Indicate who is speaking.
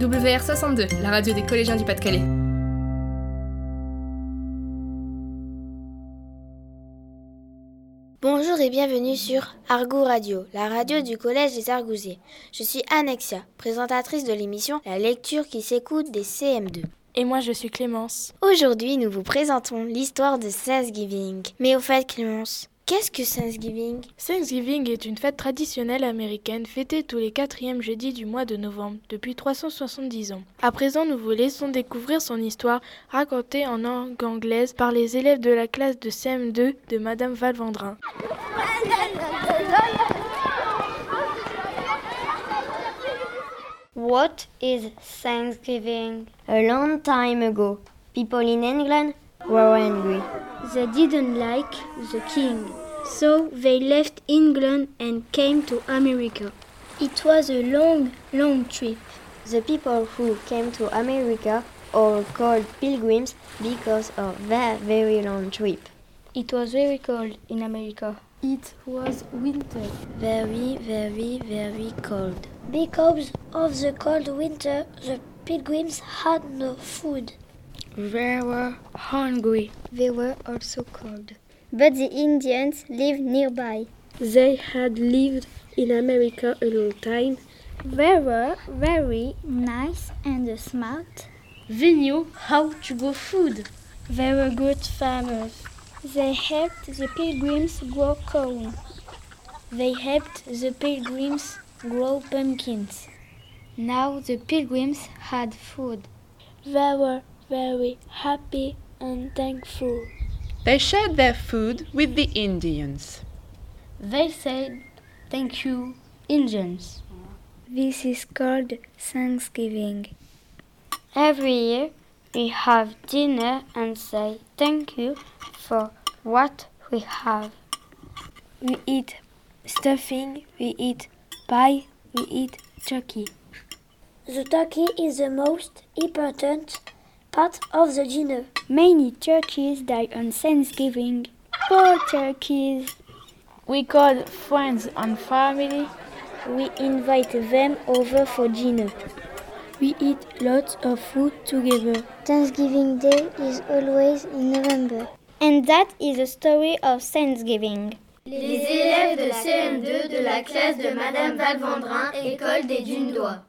Speaker 1: WR62, la radio des collégiens du Pas-de-Calais.
Speaker 2: Bonjour et bienvenue sur Argo Radio, la radio du Collège des Argousiers. Je suis Annexia, présentatrice de l'émission La lecture qui s'écoute des CM2.
Speaker 3: Et moi, je suis Clémence.
Speaker 2: Aujourd'hui, nous vous présentons l'histoire de Thanksgiving. Mais au fait, Clémence, qu'est-ce que Thanksgiving
Speaker 3: Thanksgiving est une fête traditionnelle américaine fêtée tous les quatrièmes jeudis du mois de novembre depuis 370 ans. À présent, nous vous laissons découvrir son histoire racontée en langue anglaise par les élèves de la classe de CM2 de Madame Valvendrin.
Speaker 4: What is Thanksgiving?
Speaker 5: A long time ago, people in England were angry.
Speaker 6: They didn't like the king, so they left England and came to America. It was a long, long trip.
Speaker 5: The people who came to America are called pilgrims because of their very long trip.
Speaker 7: It was very cold in America.
Speaker 8: It was winter.
Speaker 9: Very, very, very cold.
Speaker 10: Because of the cold winter, the pilgrims had no food.
Speaker 11: They were hungry.
Speaker 12: They were also cold.
Speaker 13: But the Indians lived nearby.
Speaker 14: They had lived in America a long time.
Speaker 15: They were very nice and smart.
Speaker 16: They knew how to grow food.
Speaker 17: They were good farmers.
Speaker 18: They helped the pilgrims grow corn.
Speaker 19: They helped the pilgrims grow pumpkins.
Speaker 20: Now the pilgrims had food.
Speaker 12: They were very happy and thankful.
Speaker 7: They shared their food with the Indians.
Speaker 2: They said, Thank you, Indians.
Speaker 21: This is called Thanksgiving.
Speaker 22: Every year we have dinner and say thank you for what we have.
Speaker 23: We eat stuffing, we eat pie, we eat turkey.
Speaker 10: The turkey is the most important part of the dinner.
Speaker 24: Many turkeys die on Thanksgiving.
Speaker 25: Poor turkeys.
Speaker 3: We call friends and family.
Speaker 26: We invite them over for dinner.
Speaker 27: We eat lots of food together.
Speaker 28: Thanksgiving Day is always in November.
Speaker 29: And that is the story of Thanksgiving.
Speaker 30: Les élèves de CM2 de la classe de Madame Valvendrin, École des Dunes d'Oie.